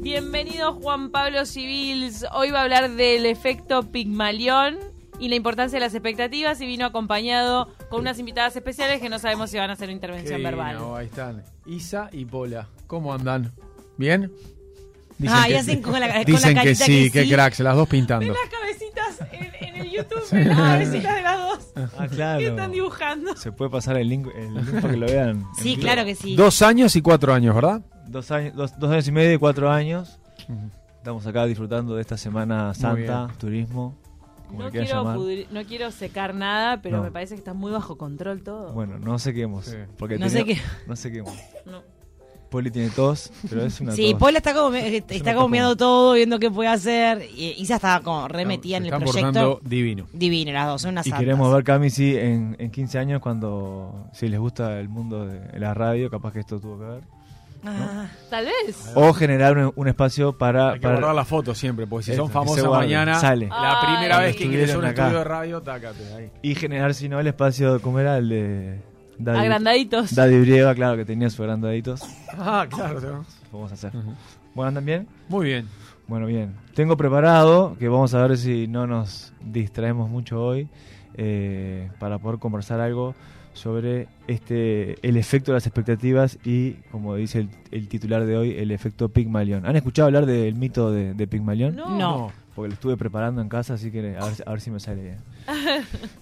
bienvenido Juan Pablo Civils. Hoy va a hablar del efecto Pigmalión y la importancia de las expectativas y vino acompañado con unas invitadas especiales que no sabemos si van a hacer una intervención Qué verbal. divino, ahí están. Isa y Pola. ¿Cómo andan? ¿Bien? Ah, y que hacen sí. con la- con la Dicen que carita sí, que qué sí. cracks, las dos Ven pintando. las cabecitas en, en el YouTube, ven las cabecitas de las dos Ah, que claro. están dibujando. Se puede pasar el link, el link para que lo vean. Sí, claro que sí. Dos años y cuatro años, ¿verdad? Dos años, dos, dos años y medio, cuatro años. Estamos acá disfrutando de esta Semana Santa, bien. turismo. Como No le quieran quiero, llamar. pudri- no quiero secar nada, pero No. me parece que está muy bajo control todo. Bueno, no sequemos. Sí. Porque No tenía- sé qué. No sequemos. No. Poli tiene tos, pero es una Sí, tos. Paula está como, me- está una como tapa. mirando todo, viendo qué puede hacer. Y Isa estaba como remetida en el Están proyecto. portando divino. Divino, las dos, son unas Y santas. queremos ver Cami si en, en 15 años, cuando si les gusta el mundo de la radio, capaz que esto tuvo que ver. Ah, Tal vez. O generar un, un espacio para. Hay que para- guardar las fotos siempre, porque si Eso, son que famosas se guarden, mañana, sale. la Ay. primera vez que Estuvieron ingresó a un acá. estudio de radio, tácate, ahí. Y generar, si no, el espacio, ¿cómo era? El de. Daddy- Agrandaditos. Daddy Brieva, claro que tenía su agrandaditos. Ah, claro. tenemos. Vamos a hacer. Bueno, ¿andan bien? Muy bien. Bueno, bien. Tengo preparado, que vamos a ver si no nos distraemos mucho hoy, eh, para poder conversar algo sobre este el efecto de las expectativas y, como dice el, el titular de hoy, el efecto Pigmalión. ¿Han escuchado hablar del mito de, de Pigmalión? No. No. Porque lo estuve preparando en casa, así que a ver, a ver si me sale bien.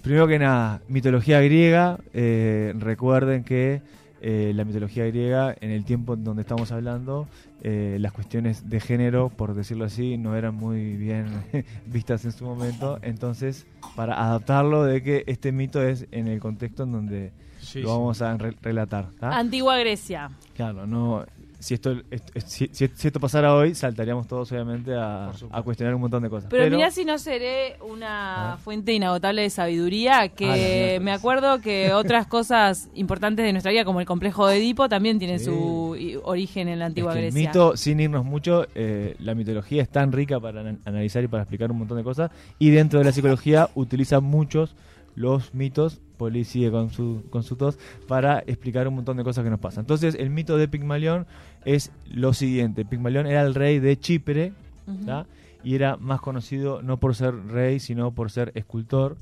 Primero que nada, mitología griega. eh, recuerden que eh, la mitología griega, en el tiempo en donde estamos hablando, eh, las cuestiones de género, por decirlo así, no eran muy bien vistas en su momento. Entonces, para adaptarlo de que este mito es en el contexto en donde Sí, lo sí. vamos a re- relatar. ¿tá? Antigua Grecia. Claro, no. Si esto, est- est- si, si- si esto pasara hoy, saltaríamos todos obviamente a, Por supuesto. a cuestionar un montón de cosas. Pero, mirá si no seré una A ver. fuente inagotable de sabiduría, Ah, que las me mías. acuerdo que otras cosas importantes de nuestra vida, como el complejo de Edipo, también tienen Sí. su i- origen en la Es que antigua el Grecia. mito, sin irnos mucho, eh, la mitología es tan rica para ana- analizar y para explicar un montón de cosas. Y dentro de la psicología utiliza muchos los mitos, Poli sigue con, su, con su tos, para explicar un montón de cosas que nos pasan. Entonces, el mito de Pigmalión es lo siguiente. Pigmalión era el rey de Chipre, Ujú. ¿tá? y era más conocido no por ser rey, sino por ser escultor.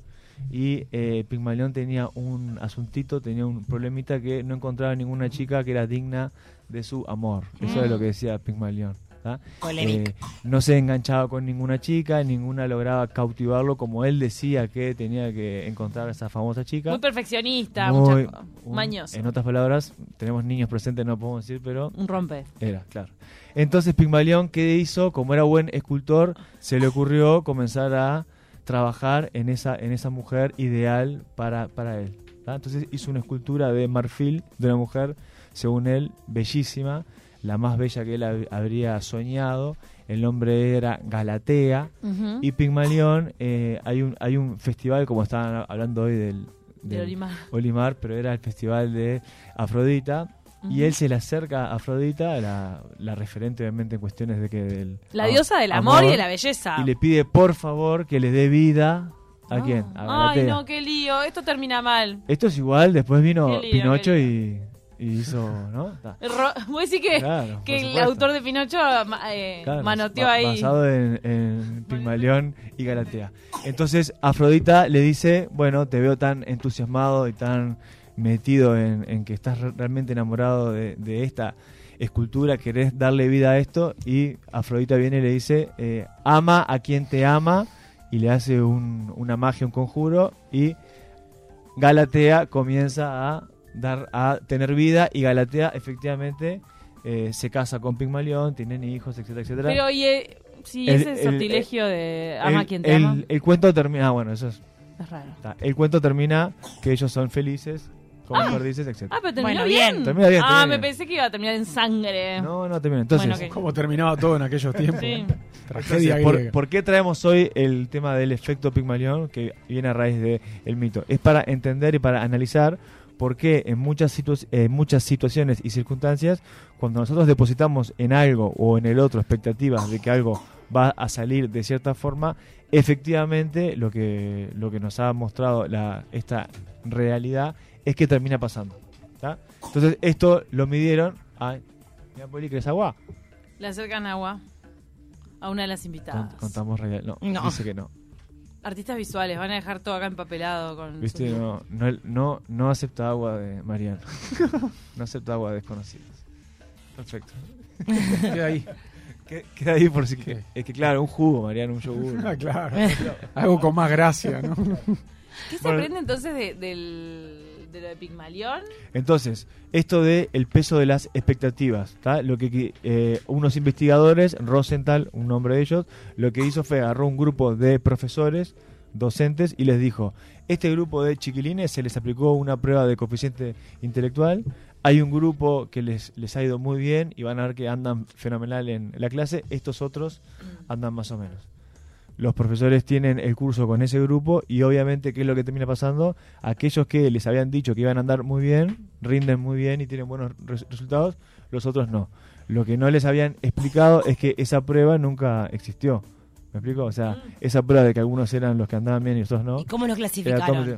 Y eh, Pigmalión tenía un asuntito, tenía un problemita que no encontraba ninguna chica que era digna de su amor. Eso Mm. es lo que decía Pigmalión. ¿tá? Polémica. Eh, no se enganchaba con ninguna chica, ninguna lograba cautivarlo como él decía que tenía que encontrar a esa famosa chica. Muy perfeccionista, Muy- mucha- un- mañoso. En otras palabras, tenemos niños presentes, no podemos decir, pero Un rompe. era, claro. Entonces Pigmalión, ¿qué hizo? Como era buen escultor, se le ocurrió comenzar a trabajar en esa, en esa mujer ideal para, para él. ¿tá? Entonces hizo una escultura de marfil de una mujer, según él, bellísima, la más bella que él hab- habría soñado. El nombre era Galatea. Ujú. Y Pigmalión, eh, hay, un, hay un festival, como estaban hablando hoy del, De del- Olimar. Olimar, pero era el festival de Afrodita. Ujú. Y él se le acerca a Afrodita, la, la referente obviamente en cuestiones de que del La ah, diosa del amor, y de la belleza. y le pide por favor que le dé vida a Ah. quién, a Ay, Galatea. no, qué lío. Esto termina mal. Esto es igual, después vino Qué lío, Pinocho qué y, y hizo, ¿no? Ta. Ro- Voy a decir que, Claro, por que el supuesto. autor de Pinocho ma- eh, Claro, manoteó ba- ahí. Basado en, en Pigmalión y Galatea. Entonces Afrodita le dice, bueno, te veo tan entusiasmado y tan metido en, en que estás re- realmente enamorado de, de esta escultura, querés darle vida a esto y Afrodita viene y le dice, eh, ama a quien te ama y le hace un- una magia, un conjuro y Galatea comienza a dar a tener vida y Galatea efectivamente eh, se casa con Pigmalión, tienen hijos, etcétera, etcétera. Pero oye, si El- ese el- sortilegio de ama a el, quien te el- ama, el cuento termina, ah, bueno, eso es- es raro. está. El cuento termina que ellos son felices, como Ah. perdices, etcétera. Ah, pero terminó Bueno, bien. bien. Termina bien, ah, termina me bien. pensé que iba a terminar en sangre. No, no termina. Entonces, Bueno, ok. Cómo terminaba todo en aquellos tiempos. Sí. Tragedia Entonces, ¿por, griega. por qué traemos hoy el tema del efecto Pigmalión que viene a raíz del mito? Es para entender y para analizar por qué en muchas, situa- en muchas situaciones y circunstancias, cuando nosotros depositamos en algo o en el otro expectativas de que algo va a salir de cierta forma, efectivamente lo que, lo que nos ha mostrado la, esta realidad es que termina pasando. ¿tá? Entonces esto lo midieron a... Mira, Poli, que es agua. Le acercan agua. a una de las Con- invitadas. contamos real. No, No. dice que no. Artistas visuales, van a dejar todo acá empapelado con. Viste, sus- no, no, no, no acepta agua de Mariano. no acepta agua de desconocidos. Perfecto. Queda ahí. Que- Queda ahí por si que. Es que claro, un jugo, Mariano, un yogur. Ah, claro. Algo con más gracia, ¿no? ¿Qué se Bueno. aprende entonces de, del, de lo de Pigmalión? Entonces, esto de el peso de las expectativas, ¿tá? lo que eh, unos investigadores, Rosenthal, un nombre de ellos, lo que hizo fue agarró un grupo de profesores, docentes y les dijo, este grupo de chiquilines se les aplicó una prueba de coeficiente intelectual, hay un grupo que les, les ha ido muy bien y van a ver que andan fenomenal en la clase, estos otros andan más o menos. Los profesores tienen el curso con ese grupo y obviamente, ¿qué es lo que termina pasando? aquellos que les habían dicho que iban a andar muy bien, rinden muy bien y tienen buenos res- resultados, los otros no. Lo que no les habían explicado es que esa prueba nunca existió. ¿Me explico? O sea, esa prueba de que algunos eran los que andaban bien y otros no, ¿Y cómo los era, clasificaron? todo-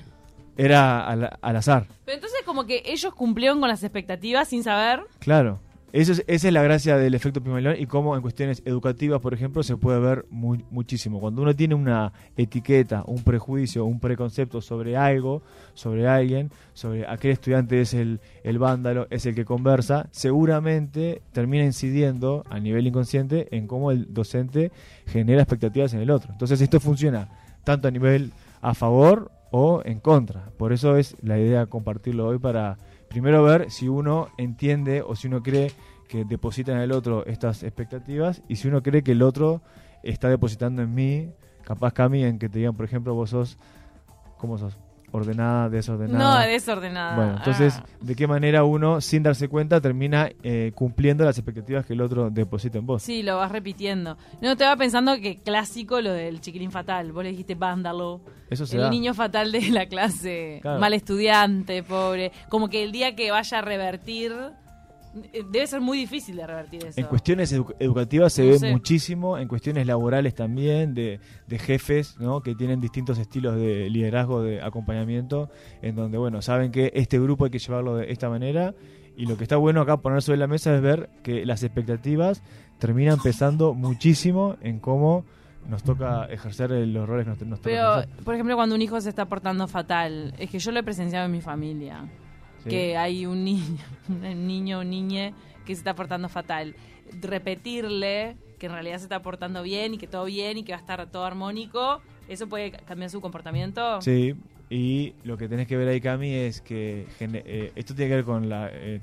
era al, al azar, Pero entonces, como que ellos cumplieron con las expectativas sin saber. claro. Eso es- esa es la gracia del efecto Pigmalión y cómo en cuestiones educativas, por ejemplo, se puede ver mu- muchísimo. Cuando uno tiene una etiqueta, un prejuicio, un preconcepto sobre algo, sobre alguien, sobre aquel estudiante es el, el vándalo, es el que conversa, seguramente termina incidiendo a nivel inconsciente en cómo el docente genera expectativas en el otro. Entonces esto funciona tanto a nivel a favor o en contra. Por eso es la idea compartirlo hoy para primero ver si uno entiende o si uno cree que deposita en el otro estas expectativas y si uno cree que el otro está depositando en mí, capaz Cami, en que te digan, por ejemplo, vos sos, ¿cómo sos? Ordenada, desordenada. No, desordenada. Bueno, entonces, Ah. ¿de qué manera uno, sin darse cuenta, termina eh, cumpliendo las expectativas que el otro deposita en vos? Sí, lo vas repitiendo. No, te va pensando que clásico lo del chiquilín fatal. Vos le dijiste vándalo. Eso se El da. niño fatal de la clase. Claro. Mal estudiante, pobre. Como que el día que vaya a revertir. eh, Debe ser muy difícil de revertir eso. En cuestiones edu- educativas se No ve sé. muchísimo, en cuestiones laborales también, de, de jefes, ¿no? Que tienen distintos estilos de liderazgo, de acompañamiento, en donde, bueno, saben que este grupo hay que llevarlo de esta manera. Y lo que está bueno acá poner sobre la mesa es ver que las expectativas terminan pesando muchísimo en cómo nos toca ejercer eh, los roles que nos, nos toca Pero, ejercer. por ejemplo, cuando un hijo se está portando fatal, es que yo lo he presenciado en mi familia. Sí. que hay un niño, un niño o niñe que se está portando fatal. Repetirle que en realidad se está portando bien y que todo bien y que va a estar todo armónico, ¿eso puede ca- cambiar su comportamiento? Sí, y lo que tenés que ver ahí, Cami, es que gene- eh, esto tiene que ver con la, eh,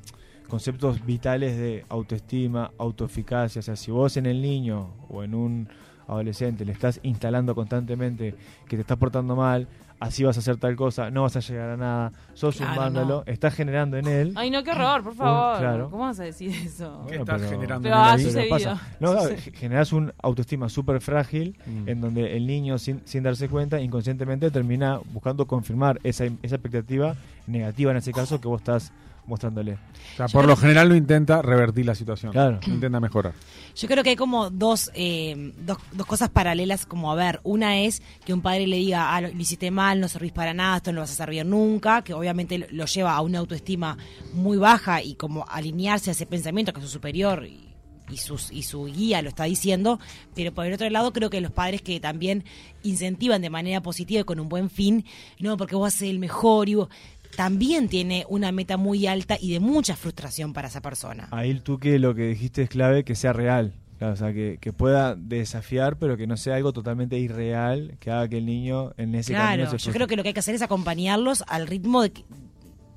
conceptos vitales de autoestima, autoeficacia. O sea, si vos en el niño o en un adolescente le estás instalando constantemente que te estás portando mal, así vas a hacer tal cosa, no vas a llegar a nada, sos un Claro, vándalo, estás generando en él. Ay, no, qué horror, por favor. Uh, claro. ¿Cómo vas a decir eso? ¿Qué estás generando Pero en ah, ha él ahí? Pero sucedido. pasa. No, claro, ge- generás un autoestima súper frágil Mm. en donde el niño, sin, sin darse cuenta, inconscientemente termina buscando confirmar esa, esa expectativa negativa en ese caso que vos estás mostrándole. O sea, por lo general no intenta revertir la situación. Claro. Intenta mejorar. Yo creo que hay como dos, eh, dos, dos cosas paralelas, como a ver, una es que un padre le diga, ah, lo, lo hiciste mal, no servís para nada, esto no vas a servir nunca, que obviamente lo- lo lleva a una autoestima muy baja y como alinearse a ese pensamiento que su superior y, y sus, y su guía lo está diciendo, pero por el otro lado creo que los padres que también incentivan de manera positiva y con un buen fin, no, porque vos haces el mejor y vos también tiene una meta muy alta y de mucha frustración para esa persona. Ahí tú que lo que dijiste es clave, que sea real. Claro, o sea, que, que pueda desafiar, pero que no sea algo totalmente irreal, que haga que el niño en ese Claro, camino se yo frustre. creo que lo que hay que hacer es acompañarlos al ritmo de que-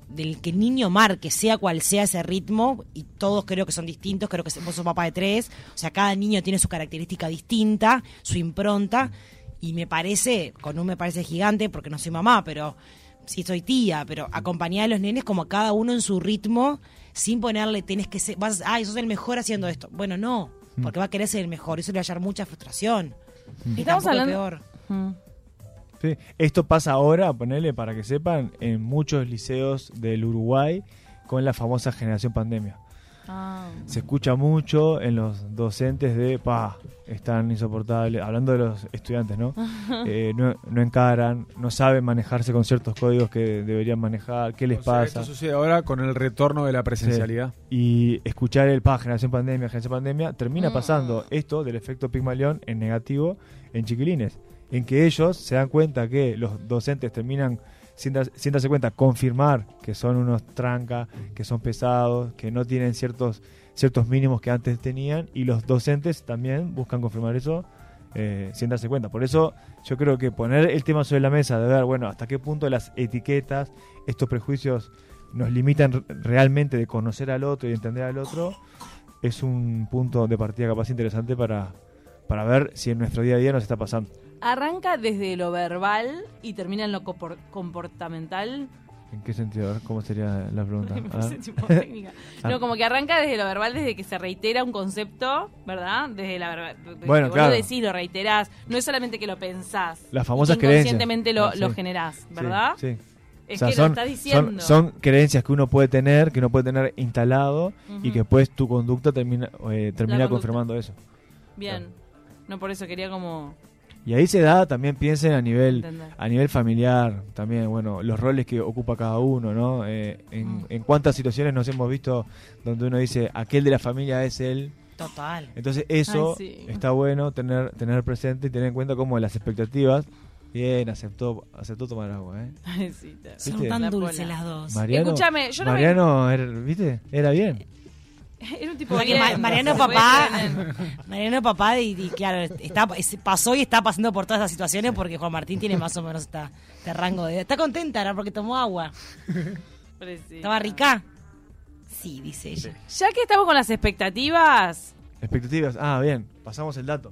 del que el niño marque, sea cual sea ese ritmo, y todos creo que son distintos, creo que vos sos papá de tres, o sea, cada niño tiene su característica distinta, su impronta, y me parece, con un me parece gigante, porque no soy mamá, pero sí soy tía, pero acompañar a los nenes como cada uno en su ritmo, sin ponerle, tenés que ser, vas, ay, sos el mejor haciendo esto. Bueno, no, Mm. porque va a querer ser el mejor, y eso le va a hallar mucha frustración. Y Estamos tampoco es hablando- peor. Mm. Sí, Esto pasa ahora, ponele para que sepan, en muchos liceos del Uruguay con la famosa generación pandemia. Ah. Se escucha mucho en los docentes de, pa, están insoportables, hablando de los estudiantes, ¿no? Eh, no, no encaran, no saben manejarse con ciertos códigos que deberían manejar, qué les O sea, pasa. esto sucede ahora con el retorno de la presencialidad. Y escuchar el, pa, generación pandemia, generación pandemia, termina Mm. pasando esto del efecto Pigmalión en negativo en chiquilines. En que ellos se dan cuenta que los docentes terminan sin, dar- sin darse cuenta, confirmar que son unos tranca, que son pesados, que no tienen ciertos, ciertos mínimos que antes tenían. Y los docentes también buscan confirmar eso eh, sin darse cuenta. Por eso yo creo que poner el tema sobre la mesa, de ver, bueno, hasta qué punto las etiquetas, estos prejuicios nos limitan re- realmente de conocer al otro y entender al otro, es un punto de partida capaz interesante para, para ver si en nuestro día a día nos está pasando. Arranca desde lo verbal y termina en lo compor- comportamental. ¿En qué sentido? A ver, ¿Cómo sería la pregunta? Me A ver. parece tipo técnica. Ah. No, como que arranca desde lo verbal, desde que se reitera un concepto, ¿verdad? Desde la verdad. Bueno, vos claro. lo decís, lo reiterás. No es solamente que lo pensás. Las famosas y que Inconscientemente creencias. lo, Ah, lo sí. generás, Sí, ¿verdad? Sí. Es O sea, que lo son, estás son- diciendo. son creencias que uno puede tener, que uno puede tener instalado y Ujú. que después tu conducta termina, eh, termina conducta. confirmando eso. Bien. No, por eso quería como Y ahí se da, también piensen a nivel, entender. a nivel familiar, también, bueno, los roles que ocupa cada uno, ¿no? Eh, en, Mm. en cuántas situaciones nos hemos visto donde uno dice, aquel de la familia es él. Total. Entonces eso Ay, sí. está bueno tener, tener presente y tener en cuenta como las expectativas. Bien, aceptó, aceptó tomar agua, ¿eh? Ay, sí, te- Sí. Son ¿Viste? La tan dulces pola. las dos. Mariano, Escúchame, yo no me- Mariano era, ¿viste? Era bien. Era un tipo Porque bien. Ma- Mariano Fue papá- bien. Mariano papá, y, y claro, está, es- pasó y está pasando por todas las situaciones porque Juan Martín tiene más o menos esta- este rango de... Está contenta ahora porque tomó agua. Pobrecita. ¿Estaba rica? Sí, dice ella. Ya que estamos con las expectativas, Expectativas. Ah, bien. Pasamos el dato.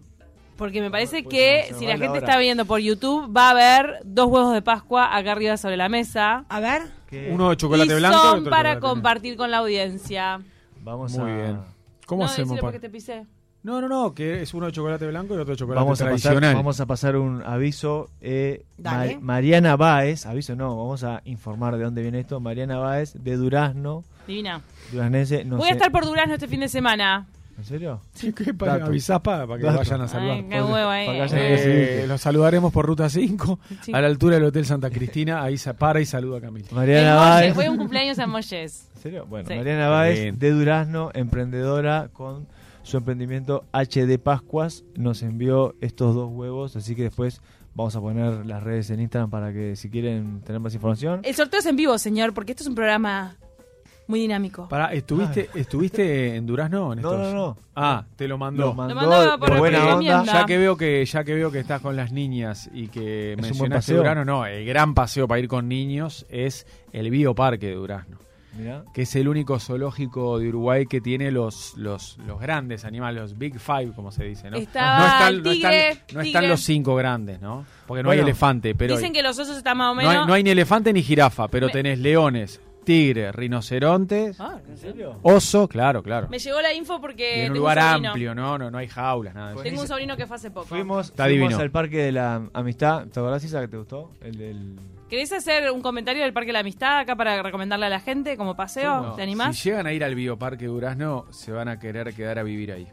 Porque Ah, me parece Pues, que se nos si va la la gente hora. está viendo por YouTube, va a haber dos huevos de Pascua acá arriba sobre la mesa. A ver. Que Uno de Y chocolate blanco. y otro son de para chocolate compartir con la audiencia. Vamos Muy a... bien. negro. ¿Cómo no, hacemos? decile pa- porque te pisé. No, no, no, que es uno de chocolate blanco y otro de chocolate Vamos a, pasar, tradicional. vamos a pasar un aviso. eh, Dale. Mar- Mariana Báez, aviso no, vamos a informar de dónde viene esto. Mariana Báez de Durazno, Divina. Duraznense, no Voy sé- a estar por Durazno este fin de semana. ¿En serio? Sí, que para, Dato. avisás pa- para que Dato. vayan a saludar. Ay, qué huevo ahí. Para que eh. haya- Eh, los saludaremos por ruta 5, Sí. a la altura del Hotel Santa Cristina. Ahí se para y saluda a Camila. En Mariana Molles, Báez. Voy a un cumpleaños a Molles. ¿En serio? Bueno, Sí. Mariana Báez Bien. de Durazno, emprendedora con su emprendimiento HD Pascuas, nos envió estos dos huevos, así que después vamos a poner las redes en Instagram para que si quieren tener más información. El sorteo es en vivo, señor, porque esto es un programa muy dinámico. Pará, ¿estuviste, ¿estuviste en Durazno? En Ah. No, estos? no, no. Ah, te lo mandó. Lo Lo mandó por de buena recomienda. onda. Ya que veo que ya que veo que estás con las niñas y que Es un buen mencionaste paseo. Durazno, no, el gran paseo para ir con niños es el Bioparque de Durazno, Mirá. que es el único zoológico de Uruguay que tiene los los, los grandes animales, los Big Five, como se dice, ¿no? Estaba no están, el no están- tigre, no están tigre. los cinco grandes, ¿no? Porque no Bueno, hay elefante, pero Dicen hay- que los osos están más o no, menos. hay, no hay ni elefante ni jirafa, pero Me- tenés leones, tigre, rinocerontes, Ah, ¿en serio? oso, claro, claro. Me llegó la info Y porque. en un tengo lugar sobrino. Pues amplio, no, no, no hay jaulas, nada. de eso. Tengo un sobrino que fue hace poco. Fuimos, Está fuimos divino. al parque de la amistad. ¿Te acordás Isa que te gustó? El del ¿Querés hacer un comentario del Parque de la Amistad acá para recomendarle a la gente como paseo? No, ¿Te animás? Si llegan a ir al Bioparque Durazno, se van a querer quedar a vivir ahí.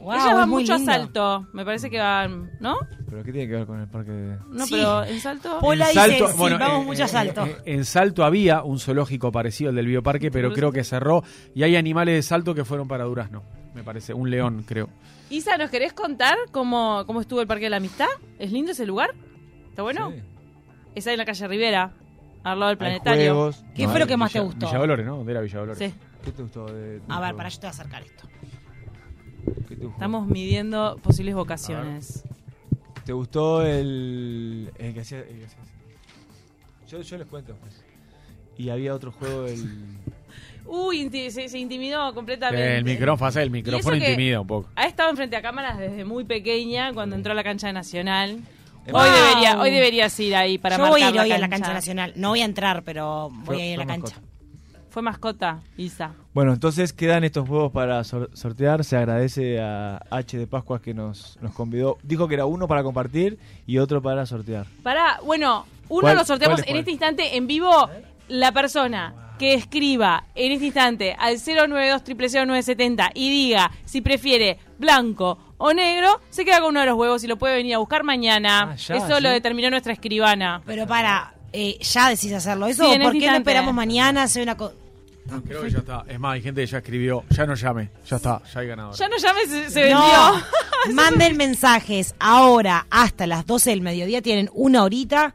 Wow, Ella va es muy mucho a lindo. salto. Me parece que van. ¿No? ¿Pero qué tiene que ver con el parque de.? No, Sí. pero en salto. Pola En dice, Salto- sí, bueno, vamos eh, mucho a eh, salto. eh, en Salto había un zoológico parecido al del Bioparque, pero creo que cerró. Y hay animales de Salto que fueron para Durazno, me parece. Un león, creo. Isa, ¿nos querés contar cómo, cómo estuvo el Parque de la Amistad? ¿Es lindo ese lugar? ¿Está bueno? Sí. Es ahí en la calle Rivera, al lado del Hay planetario. juegos. ¿Qué No, fue lo hay- que más te Villa- gustó? Villa Dolores, ¿no? ¿Dónde era Villa Dolores? Sí, ¿Qué te gustó de- A ver, eh. de- para yo te voy a acercar esto. ¿qué te gustó? estamos midiendo posibles vocaciones. ¿Te gustó el, el que hacía? el que hacía así? Yo, yo les cuento. pues. Y había otro juego, el. Uy, inti- se, se intimidó completamente. El micrófono, el micrófono Y eso que- intimida un poco. Ha estado enfrente a cámaras desde muy pequeña cuando entró a la cancha de Nacional. Wow. Hoy, debería, hoy deberías ir ahí para Yo voy a marcar ir hoy a la cancha nacional. No voy a entrar, pero voy Fue- a ir a la fue cancha. mascota. Fue mascota, Isa. Bueno, entonces quedan estos juegos para sor- sortear. Se agradece a H de Pascuas que nos, nos convidó. Dijo que era uno para compartir y otro para sortear. Pará, bueno, uno ¿Cuál- lo sorteamos cuál es en cuál? este instante en vivo. La persona que escriba en este instante al 092-000970 y diga si prefiere blanco o negro, se queda con uno de los huevos y lo puede venir a buscar mañana. Ah, ya, Eso lo ¿sí? determinó nuestra escribana. Pero para, eh, ya decís hacerlo. ¿Eso? Sí, en ¿Por este qué no instante. esperamos mañana? Hacer una co- Creo que ya está. Es más, hay gente que ya escribió. Ya no llame. Ya está. Ya hay ganador. Ya no llames, se, se No, vendió. manden mensajes ahora hasta las 12 del mediodía. Tienen una Los horita.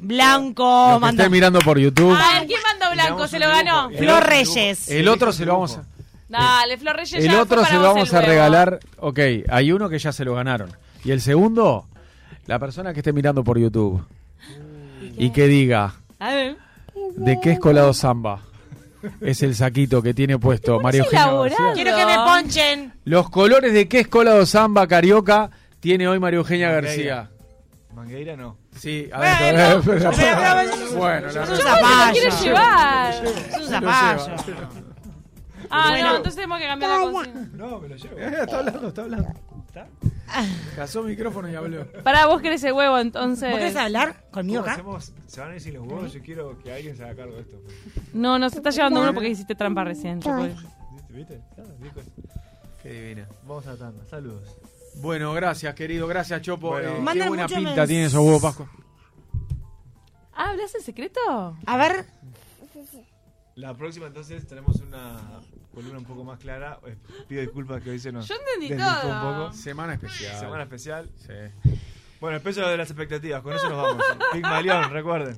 Blanco, que manda estén mirando por YouTube. A ver, ¿quién mandó blanco? ¿Se lo ganó? Flor Reyes. El otro se lo vamos a. Dale, Flor Reyes. El ya fue otro para se lo vos vamos el a huevo. regalar. Ok, hay uno que ya se lo ganaron. Y el segundo, la persona que esté mirando por YouTube y que diga A ver. de qué es colado samba. Es el saquito que tiene puesto Mario Mucho elaborado. Quiero que me ponchen. Los colores de qué es colado samba carioca tiene hoy María Eugenia García. Mangueira no. Sí, Bueno, adentro. pero- pero- Bueno, la Es verdad. un ¿Qué lo zapallo. quieres llevar? Es un zapallo. Ah, no, entonces tenemos que cambiar la consigna. No, me lo llevo. está hablando, está hablando. Cazó micrófono y habló. Pará, vos querés el huevo entonces. ¿Vos querés hablar conmigo acá? Se van a decir los huevos, yo quiero que alguien se haga cargo de esto. pues. No, no, se está llevando uno porque hiciste trampa recién. yo puedo- ¿Viste? Qué divina. Vamos a tanda, saludos. Bueno, gracias, querido. Gracias, Chopo. Bueno. Eh, qué Mandan buena mucho pinta mens- tiene esos huevos, Pascua. Ah, ¿hablas en secreto? A ver, La próxima entonces tenemos una columna un poco más clara. Eh, Pido disculpas que hoy se nos Yo entendí desdibujó todo. un poco. Semana especial. Semana especial. Sí. Bueno, el peso de las expectativas, con eso nos vamos. Pigmalión, recuerden.